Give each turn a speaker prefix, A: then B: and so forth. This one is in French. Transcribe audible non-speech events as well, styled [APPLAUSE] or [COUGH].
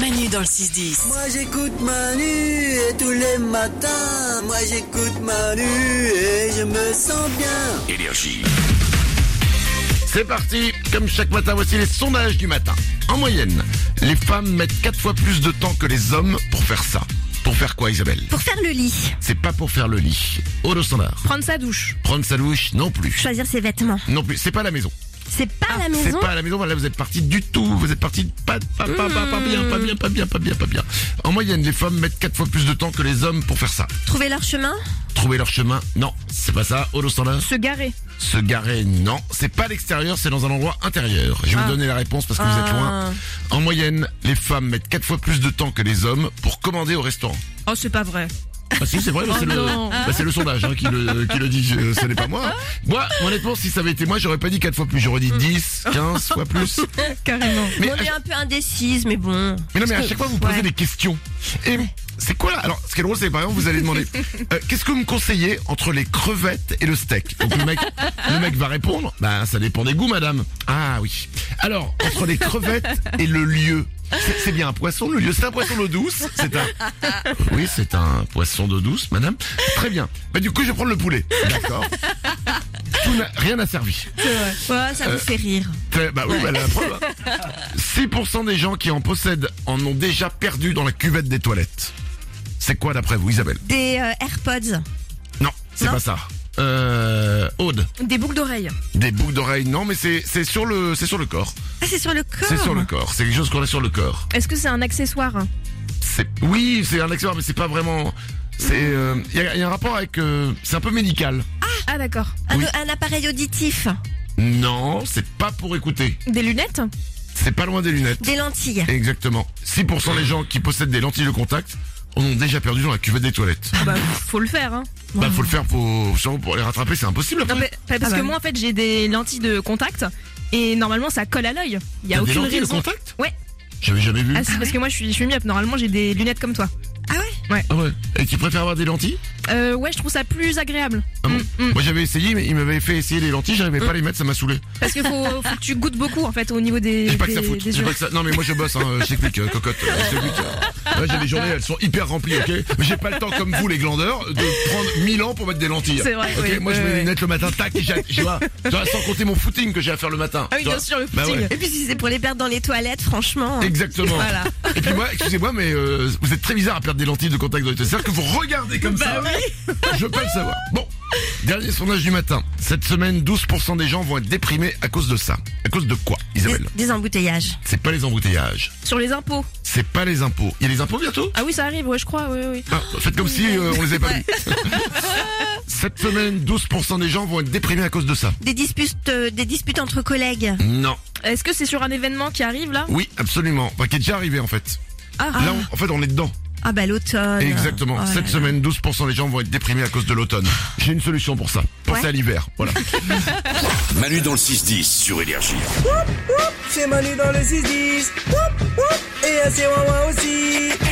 A: Manu dans le 6-10.
B: Moi j'écoute Manu et tous les matins, moi j'écoute Manu et je me sens bien.
C: Énergie. C'est parti Comme chaque matin, voici les sondages du matin. En moyenne, les femmes mettent 4 fois plus de temps que les hommes pour faire ça. Pour faire quoi, Isabelle
D: Pour faire le lit,
C: C'est pas pour faire le lit. Au standard.
E: Prendre sa douche.
C: Prendre sa douche, non plus.
D: choisir ses vêtements.
C: Non plus. C'est pas à la maison.
D: C'est pas
E: Ah,
D: à la
C: C'est
D: maison.
C: pas à la maison, voilà, là vous êtes parti du tout. Vous êtes parti pas, pas, pas, pas, pas bien, pas bien, pas bien, pas bien, pas bien. En moyenne, les femmes mettent 4 fois plus de temps que les hommes pour faire ça.
D: Trouver leur chemin.
E: Ah,
C: Trouver leur chemin, non, c'est pas ça. Au standard.
E: Se garer.
C: Se garer, non. C'est pas à l'extérieur, c'est dans un endroit intérieur. Je vais
E: Ah.
C: vous donner la réponse parce que vous êtes loin. En moyenne, les femmes mettent 4 fois plus de temps que les hommes pour commander au restaurant.
E: Oh, c'est pas vrai.
C: Ah si, c'est vrai, bah, c'est le,
E: Oh non.
C: bah, c'est le sondage hein, qui, le, qui le dit, je- ce n'est pas moi. Moi, honnêtement, si ça avait été moi, j'aurais pas dit 4 fois plus, j'aurais dit 10, 15 fois plus.
E: Carrément.
C: Mais
D: on
C: à
D: est un peu indécise, mais bon.
C: Mais non, mais à
D: Parce que-
C: chaque fois, vous posez
D: ouais.
C: des questions. Et c'est quoi là Alors, ce qui est drôle, c'est par exemple, vous allez
D: [LAUGHS]
C: demander euh, Qu'est-ce que vous me conseillez entre les crevettes et le steak Donc le mec, le mec va répondre Ben, ça dépend des goûts, madame. Ah oui. Alors, entre les crevettes et le lieu. C'est- C'est bien un poisson, le lieu. C'est un poisson d'eau douce. C'est
D: [LAUGHS]
C: un. Oui, c'est un poisson d'eau douce, madame. Très bien. Bah, du coup, je vais prendre le poulet. D'accord. Tout n'a- Rien n'a servi.
D: Ouais, ça vous fait rire.
C: Euh, Bah oui, bah, la preuve. 6% des gens qui en possèdent en ont déjà perdu dans la cuvette des toilettes. C'est quoi d'après vous, Isabelle
D: Des euh, AirPods.
C: Non, c'est
D: Non.
C: pas ça. Euh, Aude,
E: Des boucles d'oreilles.
C: des boucles d'oreilles, non, mais c'est c'est sur le c'est sur le corps,
D: Ah, c'est sur le corps.
C: c'est sur le corps, c'est quelque chose qu'on a sur le corps.
E: Est-ce que c'est un accessoire
D: Ah.
C: C'est oui, c'est un accessoire, mais c'est pas vraiment. C'est il y, a, y a un rapport avec euh, c'est un peu médical.
E: Ah, d'accord.
D: Un,
C: Oui.
D: un appareil auditif.
C: Non, c'est pas pour écouter,
E: Des lunettes
C: c'est pas loin des lunettes.
D: Des lentilles.
C: Exactement. 6% des gens qui possèdent des lentilles de contact en ont déjà perdu dans la cuvette des toilettes.
E: Bah, faut le faire, hein.
C: Bah faut le faire pour sûrement pour les rattraper, c'est impossible. Après.
E: Non, mais, parce que
D: bah.
E: moi, en fait, j'ai des lentilles de contact et normalement, ça colle à l'œil. Il y a
C: T'as des
E: aucune
C: lentilles de
E: raison.
C: contact
E: Ouais.
C: J'avais jamais vu.
E: Ah, c'est parce que moi, je suis, je suis myope. Normalement, j'ai des lunettes comme toi.
D: Ah ouais
C: Ah ouais. Et tu préfères avoir des lentilles
E: Euh, ouais, je trouve ça plus agréable.
C: Ah bon
E: Mm, mm.
C: Moi j'avais essayé, mais il m'avait fait essayer les lentilles, j'arrivais pas à les mettre, ça m'a saoulé.
E: Parce que faut, faut que tu goûtes beaucoup, en fait, au niveau
C: Je
E: des,
C: dis pas que
E: des-
C: ça fout. Je
E: des
C: dis
E: yeux.
C: pas que ça- Non mais moi je bosse, hein, je t'explique, euh, cocotte. Je t'explique. euh. Ouais, j'ai des journées, elles sont hyper remplies, ok Mais j'ai pas le temps comme vous les glandeurs de prendre 1000 ans pour mettre des lentilles.
E: C'est vrai,
C: Ok,
E: oui,
C: moi je
E: ouais,
C: mets des
E: ouais.
C: lunettes le matin, tac, et j'ai- tu vois, tu vois, sans compter mon footing que j'ai à faire le matin.
E: Ah oui,
C: tu vois.
E: bien sûr, le
C: Bah
E: footing.
C: ouais.
D: Et puis si c'est pour les perdre dans les toilettes, franchement. hein.
C: Exactement.
D: Voilà.
C: Et puis moi, excusez-moi, mais euh, vous êtes très bizarre à perdre des lentilles de contact dans les toilettes. C'est-à-dire que vous regardez comme ça. Je peux le savoir. Bon, dernier sondage du matin. Cette semaine, 12% des gens vont être déprimés à cause de ça. À cause de quoi,
D: Des,
C: Isabelle
D: des embouteillages.
C: C'est pas les embouteillages.
E: Sur les impôts.
C: C'est pas les impôts. Il y a les impôts bientôt
E: Ah oui, ça arrive, ouais, je crois, ouais, ouais.
C: Ah, Faites comme si euh, on les avait pas vus. [LAUGHS] Cette semaine, 12% des gens vont être déprimés à cause de ça.
D: Des disputes, euh, des disputes entre collègues.
C: Non.
E: Est-ce que c'est sur un événement qui arrive là
C: Oui, absolument. Enfin, qui est déjà arrivé en fait.
E: Ah,
C: Là, on- en fait, on est dedans.
D: Ah bah l'automne.
C: Exactement.
D: Oh là
C: Cette
D: là.
C: semaine, 12% des gens vont être déprimés à cause de l'automne. J'ai une solution pour ça. Pensez
D: Ouais.
C: à l'hiver. Voilà.
F: Manu dans le 6-10 sur Énergie.
B: C'est Manu dans le 6-10. Woup, woup. Et c'est moi aussi.